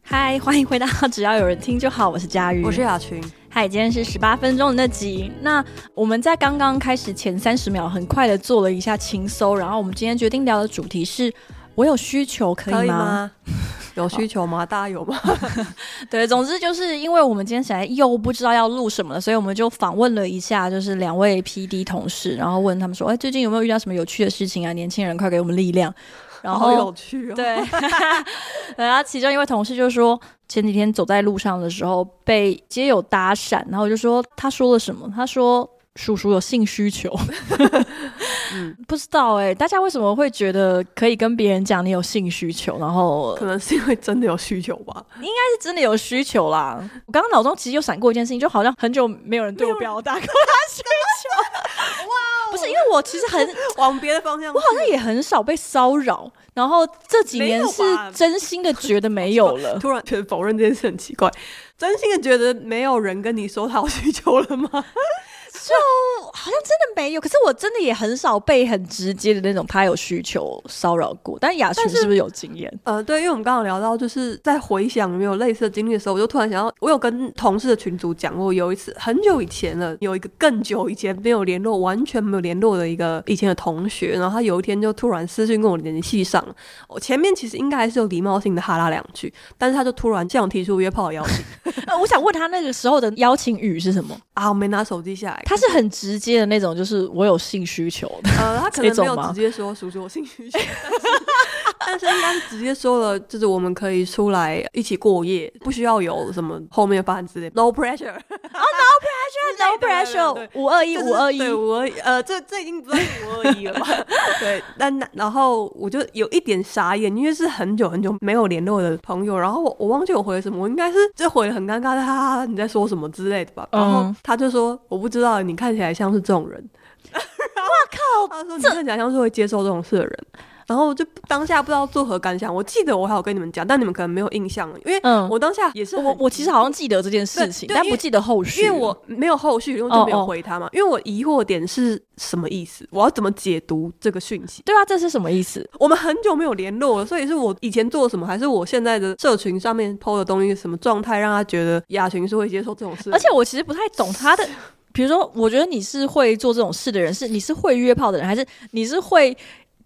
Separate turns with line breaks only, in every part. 嗨，欢迎回到 只要有人听就好，我是佳瑜，
我是雅群。
嗨，今天是十八分钟的那集。那我们在刚刚开始前三十秒，很快的做了一下轻搜，然后我们今天决定聊的主题是：我有需求可以吗？
可以吗 有需求吗？大家有吗？
对，总之就是因为我们今天实在又不知道要录什么了，所以我们就访问了一下，就是两位 P D 同事，然后问他们说：哎，最近有没有遇到什么有趣的事情啊？年轻人，快给我们力量！然
好
后
有趣 哦。
对， 然后其中一位同事就说，前几天走在路上的时候被街友搭讪，然后我就说他说了什么？他说叔叔有性需求，
嗯，
不知道哎、大家为什么会觉得可以跟别人讲你有性需求，然后
可能是因为真的有需求 吧。
是真的有需求啦？我刚刚脑中其实有闪过一件事情，就好像很久没有人对我表达过他需求，哇，不是因为我其实 很
往别的方向去，
我好像也很少被骚扰，然后这几
没
年
有
是
吧
真心的觉得没有 了。
突然觉得否认这件事很奇怪。真心的觉得没有人跟你说他有需求了吗？
就好像真的没有，可是我真的也很少被很直接的那种他有需求骚扰过。但雅群
但是
是不是有经验？
呃，对，因为我们刚刚聊到，就是在回想有没有类似的经历的时候，我就突然想到，我有跟同事的群组讲过，有一次很久以前了，有一个更久以前没有联络，完全没有联络的一个以前的同学，然后他有一天就突然私信跟我联系上了，我前面其实应该还是有礼貌性的哈拉两句，但是他就突然向我提出约炮的邀请
呃，我想问他那个时候的邀请语是什么？
啊，我没拿手机下来，
他是很直接的那种，就是我有性需求的。
呃，他
这
可能没
种吗
有直接说叔叔我性需求， 但是但是应该是直接说了，就是我们可以出来一起过夜，不需要有什么后面发展之类的，no pressure。
No
对对对
pressure，
对
五二一
就是
五二一，
对五二一，呃，这这已经不算五二一了 吧？对，但那然后我就有一点傻眼，因为是很久很久没有联络的朋友，然后我我忘记我回了什么，我应该是就回了很尴尬的哈哈哈，你在说什么之类的吧？然后
嗯
他就说我不知道，你看起来像是这种 人。哇靠！他说你看起来像是会接受这种事的人。然后我就当下不知道作何感想，我记得我还有跟你们讲，但你们可能没有印象了，因为
嗯
我当下也是很
我我其实好像记得这件事情，
对对
但
因
不
为
记得后续。
因为我没有后续，因为我
哦
就没
哦
有回他嘛。因为我疑惑点是什么意思，我要怎么解读这个讯息？
对啊，这是什么意思？
我们很久没有联络了，所以是我以前做什么，还是我现在的社群上面 PO 的东西什么状态，让他觉得雅群是会接受这种事？
而且我其实不太懂他的。比如说，我觉得你是会做这种事的人，是你是会约炮的人，还是你是会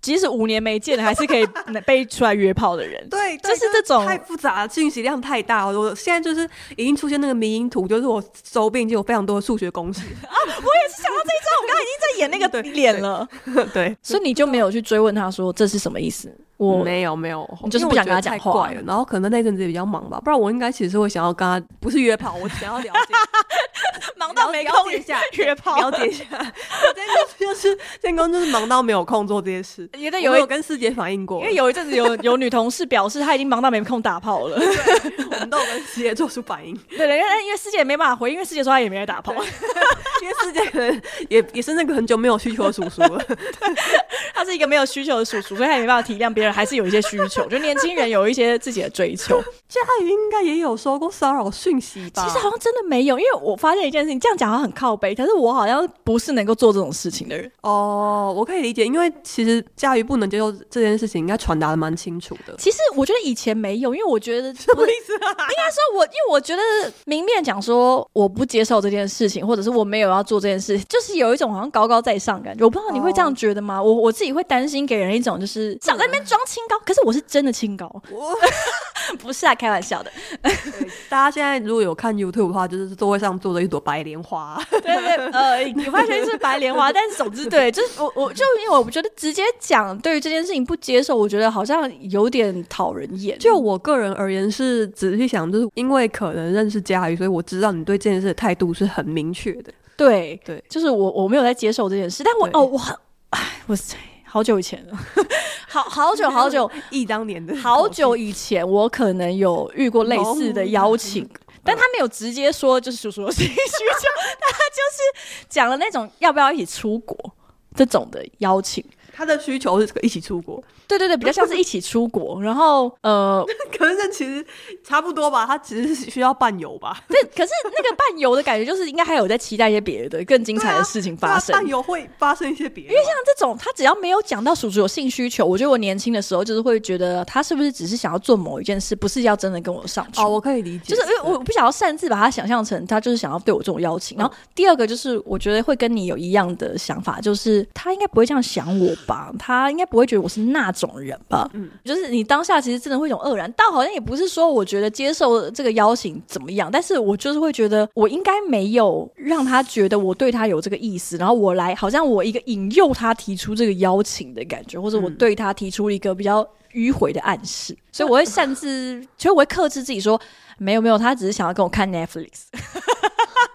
即使五年没见了，还是可以 被出来约炮的人？
对，
就是这种
太复杂了，信息量太大了。我现在就是已经出现那个迷因图，就是我手边已经有非常多的数学公式。
我 也是想到这一招，我刚刚已经在演那个脸了，
嗯对，
所以你就没有去追问他说这是什么意思？我
嗯没有没有，
你就是不想跟他讲话
因为我觉得太怪了。然后可能那阵子也比较忙吧，不然我应该其实会想要跟他不是约炮，我想要 了解
忙到没空
了解一下
约
了
炮，
解一下。 我在公司就是在公司就是忙到没有空做这些事。
也在
有
有
没
一
有跟师姐反映过
因，为有一阵子有有女同事表示她已经忙到没空打炮 了，
我们都有跟师姐做出反 应，
对对，因为因为师姐没办法回，因为师姐说她也没在打炮，
因为师姐可能也也是那个很久没有需求的叔叔了。
她是一个没有需求的叔叔，所以她也没办法体谅别人，还是有一些需求，就年轻人有一些自己的追求。
佳宇应该也有收过骚扰讯息吧？
其实好像真的没有，因为我发现一件事情，这样讲好像很靠背，可是我好像不是能够做这种事情的人。
哦，我可以理解，因为其实佳宇不能接受这件事情，应该传达的蛮清楚的。
其实我觉得以前没有，因为我觉得
什么意思啊？
应该说我，因为我觉得明面讲说我不接受这件事情，或者是我没有要做这件事，就是有一种好像高高在上的感觉。我不知道你会这样觉得吗？我我自己会担心给人一种就是长在那边装清高，可是我是真的清 高，
我
不是啊，开玩笑的。
对大家现在如果有看 YouTube 的话，就是座位上坐着一朵白莲花。
对对，呃，你发现是白莲花，但是总之对，就是我我就因为我觉得直接讲对于这件事情不接受，我觉得好像有点讨人厌。
就我个人而言，是仔细想，就是因为可能认识佳宇，所以我知道你对这件事的态度是很明确的。
对
对
就是我我没有在接受这件事，但我
对
哦我很，哎， 我好久以前了， 好好久好久。
忆当年的
好久以前，我可能有遇过类似的邀请，但他没有直接说就是叔叔有性需求，他就是讲了那种要不要一起出国这种的邀请。
他的需求是一起出国，
对对对，比较 像是一起出国，然后呃，
可是这其实差不多吧，他只是需要伴游吧，
对，可是那个伴游的感觉就是应该还有在期待一些别的更精彩的事情 发生。
伴游会发生一些别的吧，
因为像啊这种，他只要没有讲到叔叔有性需求，我觉得我年轻的时候就是会觉得他是不是只是想要做某一件事，不是要真的跟我上
哦，
床。
我可以理
就
解，
是因为我不想要擅自把他想象成他就是想要对我这种邀请。然后第二个就是，我觉得会跟你有一样的想法，就是他应该不会这样想我吧？他应该不会觉得我是那种人吧？
嗯
嗯，就是你当下其实真的会有一种愕然，倒好像也不是说我觉得接受这个邀请怎么样，但是我就是会觉得我应该没有让他觉得我对他有这个意思，然后我来好像我一个引诱他提出这个邀请的感觉，或
嗯
者我对他提出一个比较迂回的暗示，所以我会擅自，所以我会克制自己说。没有没有，他只是想要跟我看 Netflix，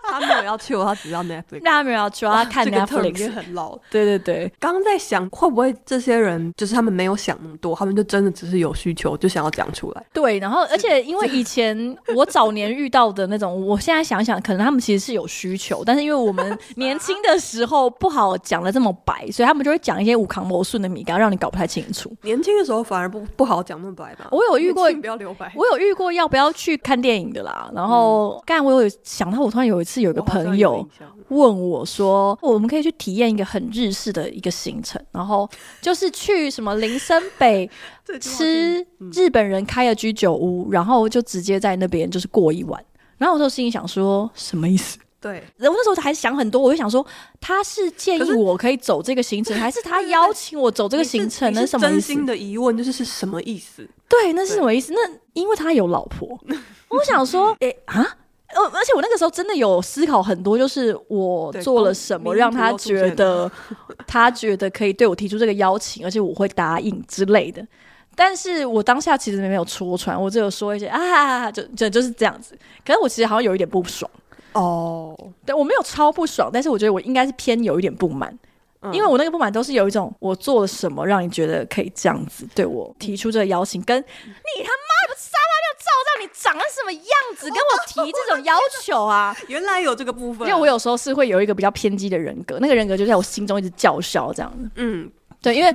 他没有要去，他只要 Netflix，
那他没有要求他 看
这个 term
Netflix，、
已经很老了。
对对对，
刚刚在想，会不会这些人就是他们没有想那么多，他们就真的只是有需求就想要讲出来。
对，然后而且因为以 前我早年遇到的那种，我现在想想，可能他们其实是有需求，但是因为我 们年轻的时候不好讲的这么白，所以他们就会讲一些五康谋顺的米缸，让你搞不太清楚。
年轻的时候反而不不好讲那么白吧。
我有遇过
哦年轻不要留白。
我有遇过要不要去看电影的啦，然后刚才我有想到，我突然有一次有一个
嗯哦我好像
朋
有
友
印，象
问我说，我们可以去体验一个很日式的一个行程，然后就是去什么林森北
这句话嗯真的
吃日本人开的居酒屋，然后就直接在那边就是过一晚。然后我就心里想说，什么意思？
对，
我那时候还想很多，我就想说，他是建
可
议
是
我可以走这个行 程，还是他
对对对
邀请我走这个
你是
行程
你
呢？
是
什么意
真
思？
心的疑问就是是什么意思？
对，那是什么意思？那因为他有老 婆，我想说，诶啊，呃，而且我那个时候真的有思考很多，就是我
对
做了
公
什么
民
让
主
他
要出
觉
现
得他觉得可以对我提出这个邀请，而且我会答应之类的。但是我当下其实没有戳穿，我只有说一些啊，就就就是这样子。可是我其实好像有一点不爽，
哦，
对我没有超不爽，但是我觉得我应该是偏有一点不满，
嗯
因为我那个不满都是有一种我做了什么让你觉得可以这样子对我提出这个邀请，跟你他妈的沙发就照照你长得什么样子，跟我提这种要求啊！
原来有这个部
因
分。啊
为我有时候是会有一个比较偏激的人格，那个人格就在我心中一直叫嚣这样子。
嗯，
对，因为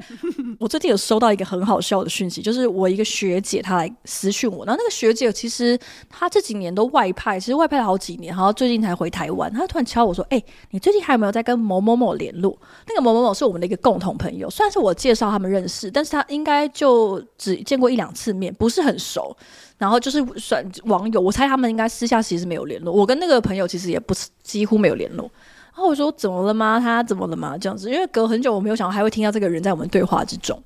我最近有收到一个很好笑的讯息，就是我一个学姐她来私讯我，然后那个学姐其实她这几年都外派，其实外派了好几年，然后最近才回台湾，她突然敲我说：“哎、你最近还有没有在跟某某某联络？”那个某某某是我们的一个共同朋友，虽然是我介绍他们认识，但是他应该就只见过一两次面，不是很熟。然后就是算网友，我猜他们应该私下其实没有联络。我跟那个朋友其实也不是几乎没有联络。然后我说怎么了吗？他怎么了吗？这样子，因为隔很久，我没有想到还会听到这个人在我们对话之中。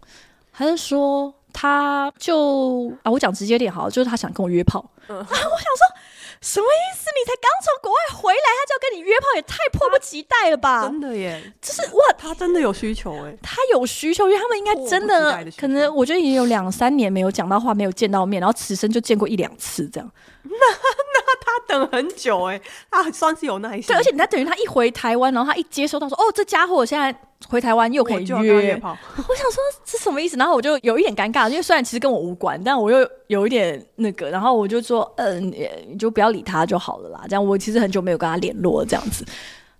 他就说他就啊，我讲直接点好了，就是他想跟我约炮。
嗯
然后我想说什么意思？你才刚从国外回来，他就要跟你约炮，也太迫不及待了吧？
真的耶，
就是哇，
他真的有需求哎。
他有需求，因为他们应该真
迫不及
的
待的需求
可能，我觉得已经有两三年没有讲到话，没有见到面，然后此生就见过一两次这样。
他等很久哎，他算是有耐心。
对，而且他等于他一回台湾，然后他一接收到说，哦，这家伙现在回台湾又可
我
以
就要跟他约
约，
炮。
我想说这什么意思？然后我就有一点尴尬，因为虽然其实跟我无关，但我又有一点那个，然后我就说，嗯、你你就不要理他就好了啦。这样我其实很久没有跟他联络了，这样子。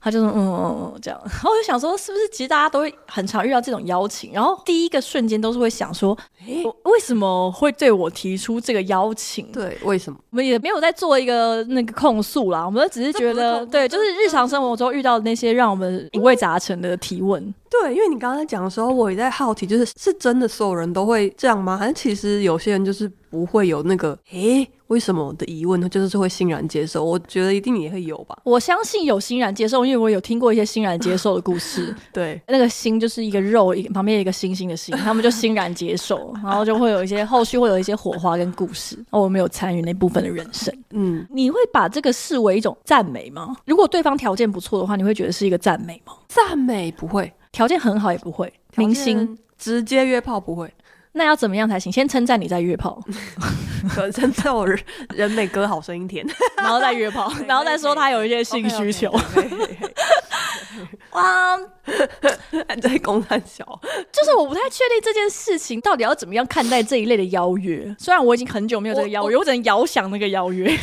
他就说嗯嗯嗯这样，然后我就想说是不是其实大家都会很常遇到这种邀请，然后第一个瞬间都是会想说，
诶
我为什么会对我提出这个邀请？
对，为什么？
我们也没有在做一个那个控诉啦，我们只是觉
这不是
得
控诉
对，就是日常生活中遇到的那些让我们五味杂陈的提问。
对，因为你刚刚讲的时候，我也在好奇，就是是真的所有人都会这样吗？还是其实有些人就是不会有那个诶、为什么的疑问，他就是会欣然接受。我觉得一定也会有吧。
我相信有欣然接受，因为我有听过一些欣然接受的故 事。
对，
那个心就是一个肉，一个旁边有一个星星的星，他们就欣然接 受，然后就会有一些后续会有一些火花跟故事。哦，我没有参与那部分的人生。
嗯，
你会把这个视为一种赞美吗？如果对方条件不错的话，你会觉得是一个赞美吗？
赞美不会，
条件很好也不会，明星
直接约炮不会，
那要怎么样才行？先称赞你再约 炮，
可能真的我人人美歌好声音甜，
然后再约炮，然后再说他有一些性需求。哇，
在公山小，
就是我不太确定这件事情到底要怎么样看待 这一类的邀约。虽然我已经很久没有这个邀约，我只能遥想那个邀约。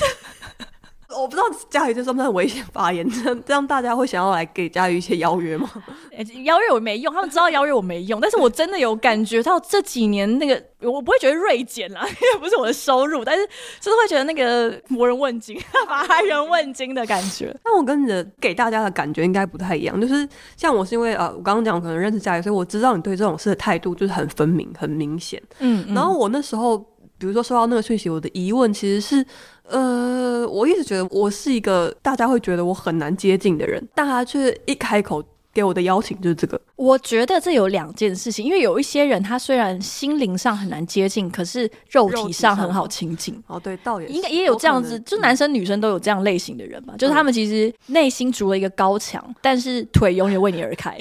我我不知道佳瑜这算不算危险发言，这样这样大家会想要来给佳瑜一些邀约吗？
哎邀约我没用，他们知道邀约我没用，但是我真的有感觉到这几年那个，我不会觉得锐减啦， 因为不是我的收入，但是真的会觉得那个无人问津， 乏人问津的感觉。
但我跟你的给大家的感觉应该不太一样，就是像我是因为呃，我刚刚讲我可能认识佳瑜，所以我知道你对这种事的态度就是很分明、很明显。
嗯，嗯
然后我那时候，比如说收到那个讯息，我的疑问其实是，呃，我一直觉得我是一个大家会觉得我很难接近的人，但他却一开口给我的邀请就是这个，
我觉得这有两件事情，因为有一些人他虽然心灵上很难接近，可是肉体上很好亲近。
哦，对，倒也是
应该也有这样子，
我可能嗯
就男生女生都有这样类型的人吧，就是他们其实内心筑了一个高墙，但是腿永远为你而 开，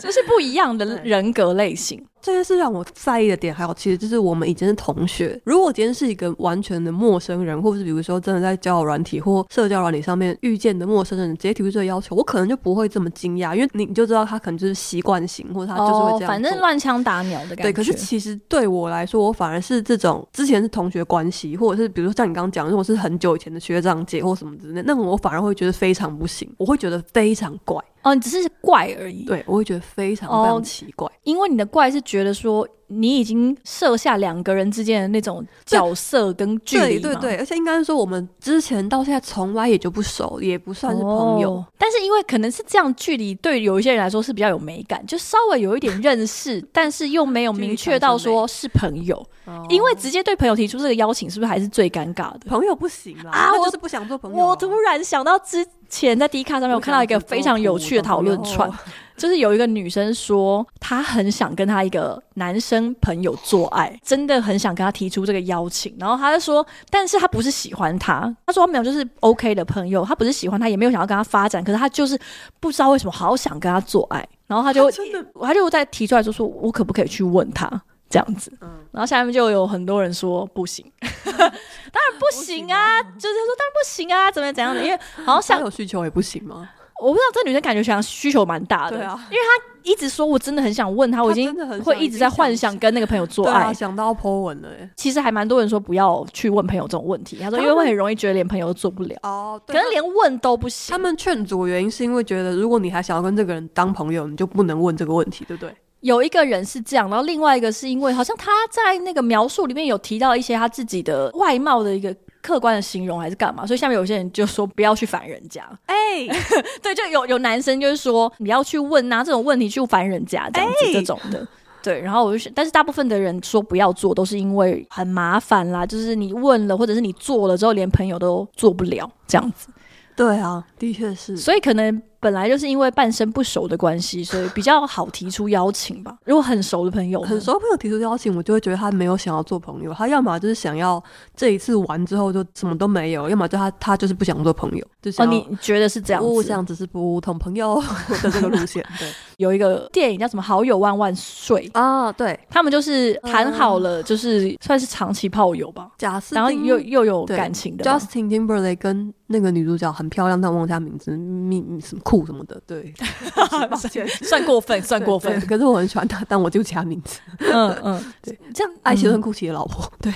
这是不一样的人格类型。
这件事让我在意的点，还有其实就是我们以前是同学。如果今天是一个完全的陌生人，或者是比如说真的在交友软体或社交软体上面遇见的陌生人，直接提出这个要求，我可能就不会这么惊讶，因为你你就知道他可能就是习惯型，或者他就是会
哦，
这样做、
反正乱枪打鸟的感觉。
对，可是其实对我来说，我反而是这种之前是同学关系，或者是比如说像你刚刚讲，如果是很久以前的学长姐或什么之类，那种我反而会觉得非常不行，我会觉得非常怪，
哦，你只是怪而已。
对我会觉得非常非
哦
常奇怪。
因为你的怪是觉得说你已经设下两个人之间的那种角色跟距离
对
嘛，
对对，而且应该是说我们之前到现在从来也就不熟，也不算是朋友。
哦但是因为可能是这样，距离对有一些人来说是比较有美感，就稍微有一点认识，但是又没有明确到说是朋友，哦因为直接对朋友提出这个邀请，是不是还是最尴尬的？
朋友不行啦，
啊
那
我
就是不想做朋友啊、
我突然想到之前在 D 卡上面，我看到一个非常有趣的讨论串，
哦
就是有一个女生说她很想跟她一个男生朋友做爱，真的很想跟他提出这个邀请，然后她就说，但是她不是喜欢他，她说她没有就是 OK 的朋友，她不是喜欢他，也没有想要跟他发展，可是她就是不知道为什么好想跟他做爱，然后她就
真的
她就再提出来就说，我可不可以去问他这样子？
嗯
然后下面就有很多人说不 行，当然不行啊，就是说当然不行啊，怎么样怎样的，因为好像
想
像
有需求也不行吗？
我不知道这女生感觉想需求蛮大的，
对啊，
因为她一直说我真的很想问她，我已经
真的很想
会一直在幻想跟那个朋友做
对
爱
啊，。想到 po 文了、欸。
其实还蛮多人说不要去问朋友这种问题，她说
他
因
们
为会很容易觉得连朋友都做不了，
哦，
可
对
能连问都不行
他。们劝阻的原因是因为觉得，如果你还想要跟这个人当朋友，你就不能问这个问题，对不对？
有一个人是这样，然后另外一个是因为好像她在那个描述里面有提到一些她自己的外貌的一个客观的形容还是干嘛，所以下面有些人就说不要去烦人家。
哎、
对，就有有男生就是说你要去问啊这种问题去烦人家这样子、
哎
这种的。对，然后我就想，但是大部分的人说不要做，都是因为很麻烦啦，就是你问了，或者是你做了之后，连朋友都做不了这样子，
对啊，的确是。
所以可能本来就是因为半生不熟的关系，所以比较好提出邀请吧。如果很熟的朋友呢，
很熟朋友提出邀请，我就会觉得他没有想要做朋友，他要么就是想要这一次玩之后就什么都没有，要么就他他就是不想做朋友，就
哦，
想要
你觉得是这样
我
子？
想只是普通朋友的这个路线。对
有一个电影叫什么《好友万万岁》，
啊，对，
他们就是谈好了，就是算是长期炮友吧，
贾斯汀，
然后又又有
对
感情的嘛，
Justin Timberlake 跟那个女主角很漂亮，但我忘记她名字，密密什么酷什么的， 对，抱歉。
算过分，算过分
对。可是我很喜欢她，但我记不起她名字。
嗯嗯，
对，
这样
艾希顿库奇的老婆， 对，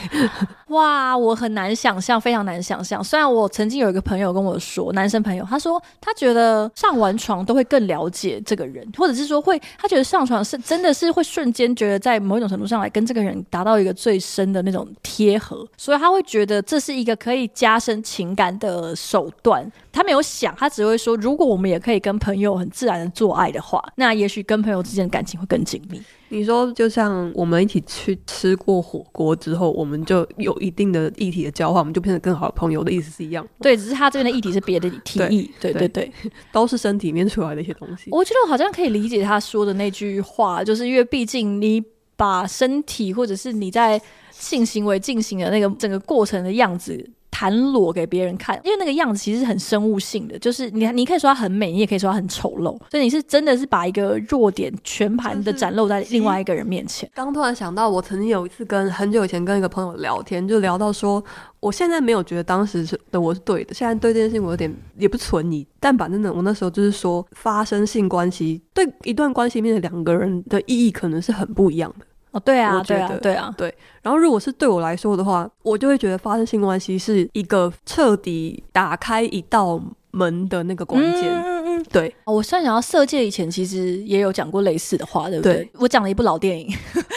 哇，我很难想象，非常难想象。虽然我曾经有一个朋友跟我说，男生朋友，他说他觉得上完床都会更了解这个人，或者是说会，他觉得上床是真的是会瞬间觉得在某一种程度上来跟这个人达到一个最深的那种贴合，所以他会觉得这是一个可以加深情感的手段。他没有想，他只会说，如果我们也可以跟朋友很自然的做爱的话，那也许跟朋友之间的感情会更紧密。
你说，就像我们一起去吃过火锅之后，我们就有一定的议题的交换，我们就变成更好的朋友的意思是一样，
对，只是他这边的议题是别的提议，对对
对
对。
都是身体里面出来的一些东西。
我觉得我好像可以理解他说的那句话，就是因为毕竟你把身体或者是你在性行为进行的那个整个过程的样子。袒裸给别人看，因为那个样子其实是很生物性的，就是你你可以说它很美，你也可以说它很丑陋，所以你是真的是把一个弱点全盘的
就是
展露在
其
另外一个人面前。
刚突然想到，我曾经有一次跟很久以前跟一个朋友聊天，就聊到说，我现在没有觉得当时是的我是对的，现在对这件事情我有点也不存疑，但反正呢，我那时候就是说，发生性关系对一段关系里面的两个人的意义可能是很不一样的。
哦，对啊，
我觉
对
得
啊，对啊，
然后如果是对我来说的话，我就会觉得发生性关系是一个彻底打开一道门的那个关键。
嗯嗯嗯。
对，
哦我算想要色戒以前其实也有讲过类似的话，对不
对
我讲了一部老电影，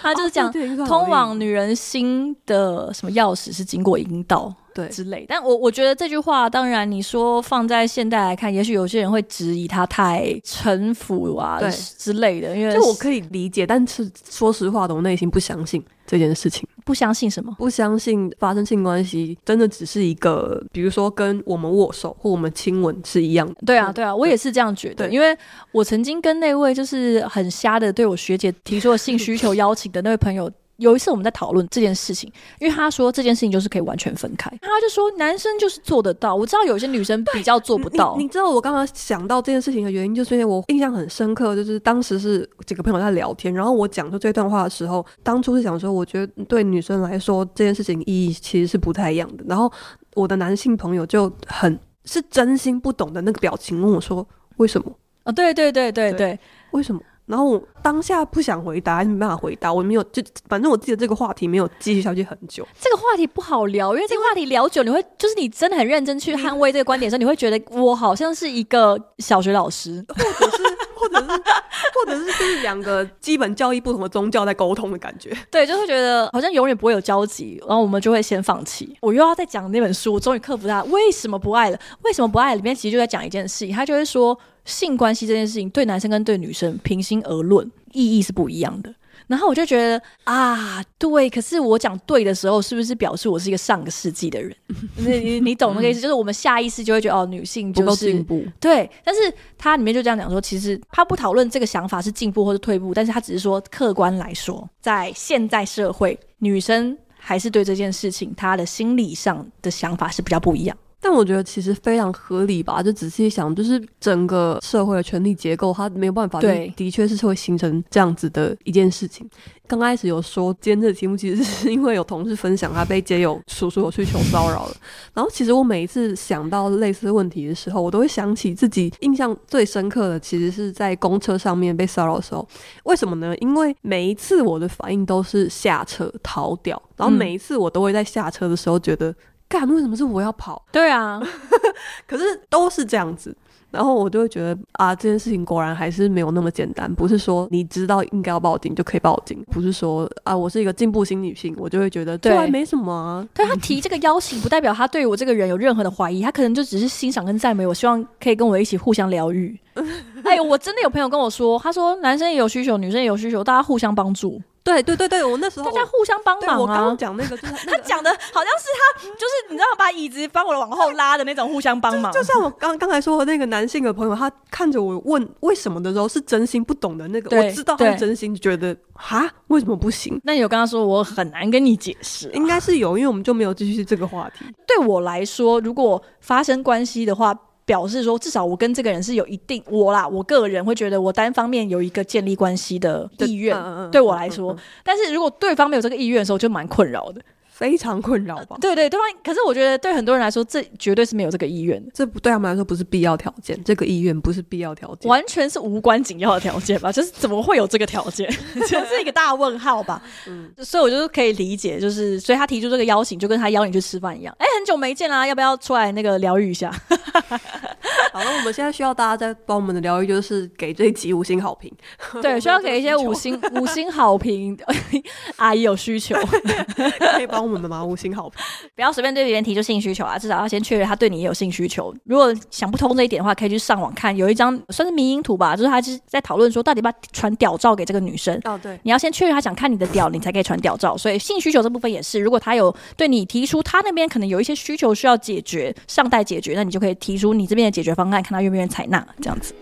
他就是讲
哦对对对
通往女人心的什么钥匙是经过阴道
对
之类。但我我觉得这句话，当然你说放在现代来看，也许有些人会质疑它太城府啊
对
之类的，因为
就我可以理解，但是说实话的，我内心不相信这件事情，
不相信什么。
不相信发生性关系真的只是一个，比如说跟我们握手或我们亲吻是一样的。
对啊，对啊，我也是这样觉得，
对
因为我曾经跟那位就是很瞎的对我学姐提出了性需求邀请的那位朋友。有一次我们在讨论这件事情，因为他说这件事情就是可以完全分开，他就说男生就是做得到，我知道有些女生比较做不到
你你知道我刚刚想到这件事情的原因，就是因为我印象很深刻，就是当时是几个朋友在聊天，然后我讲出这段话的时候，当初是想说，我觉得对女生来说这件事情意义其实是不太一样的。然后我的男性朋友就很是真心不懂的那个表情问我说：“为什么？
啊、对对对对对，
为什么？”然后我当下不想回答，没办法回答，我没有就反正我记得这个话题没有继续下去很久。
这个话题不好聊，因为这个话题聊久，你会就是你真的很认真去捍卫这个观点的时候，你会觉得我好像是一个小学老师，
或者是，或者是，或者是，就是两个基本教义不同的宗教在沟通的感觉。
对，就会觉得好像永远不会有交集，然后我们就会先放弃。我又要再讲那本书，我终于克服它。为什么不爱了？为什么不爱了？里面其实就在讲一件事情，他就会说性关系这件事情对男生跟对女生平心而论，意义是不一样的。然后我就觉得啊，对，可是我讲对的时候，是不是表示我是一个上个世纪的人？ 你你你懂那个意思？就是我们下意识就会觉得哦，女性
嗯不
就
够
是
进步。
对，但是它里面就这样讲说，其实他不讨论这个想法是进步或是退步，但是他只是说客观来说，在现在社会，女生还是对这件事情她的心理上的想法是比较不一样。
但我觉得其实非常合理吧，就仔细想，就是整个社会的权力结构，它没有办法，
对
就的确是会形成这样子的一件事情。刚开始有说今天这个题目，其实是 因为有同事分享他被街友叔叔有去求骚扰了。然后其实我每一次想到类似问题的时候，我都会想起自己印象最深刻的，其实是在公车上面被骚扰的时候。为什么呢？因为每一次我的反应都是下车逃掉，然后
嗯
每一次我都会在下车的时候觉得，干为什么是我要跑？
对啊，
可是都是这样子。然后我就会觉得啊，这件事情果然还是没有那么简单，不是说你知道应该要报警就可以报警，不是说啊，我是一个进步型女性，我就会觉得
对
这还没什么啊。
但他提这个邀请，不代表他对我这个人有任何的怀疑，他可能就只是欣赏跟赞美我，希望可以跟我一起互相疗 愈。哎，我真的有朋友跟我说，他说男生也有需求，女生也有需求，大家互相帮助，
对对对对，我那时候
大家互相帮
对
忙
我刚
啊
刚。讲那个就是 那
他
个。
讲的好像是他，就是你知道把椅子帮我往后拉的那种互相帮忙，
就像我刚刚才说的那个男性的朋友，他看着我问为什么的时候，是真心不懂的那个，
对
我知道他
对
是真心觉得哈为什么不行，
那你有跟他说我很难跟你解释啊、
应该是有，因为我们就没有继续这个话 题。
对我来说，如果发生关系的话，表示说至少我跟这个人是有一定我啦，我个人会觉得我单方面有一个建立关系的意愿。
嗯嗯嗯
对我来说，
嗯嗯嗯
但是如果对方没有这个意愿的时候，就蛮困扰的。
非常困扰吧。
对对，对方可是我觉得对很多人来说，这绝对是没有这个意愿的，
这不对他们来说不是必要条件，这个意愿不是必要条件。
完全是无关紧要的条件吧？ 就是怎么会有这个条件， 这是一个大问号吧？
嗯，
所以我就是可以理解，就是所以他提出这个邀请，就跟他邀你去吃饭一样。哎，很久没见啦，要不要出来那个疗愈一 下？
好了，我们现在需要大家再帮我们的疗愈，就是给这一集五星好评。
对，需要给一些
我们
五星五星好评， 阿姨有需求，
可以帮我们的吗？五星好评。
不要随便对别人提出性需求啊，至少要先确认他对你也有性需求。如果想不通这一点的话，可以去上网看，有一张算是迷因图吧，就是他是在讨论说到底要不要传屌照给这个女生。
哦，对，
你要先确认他想看你的屌，你才可以传屌照。所以性需求这部分也是，如果他有对你提出他那边可能有一些需求需要解决，尚待解决，那你就可以提出你这边的解决方案，看他愿不愿意采纳这样子。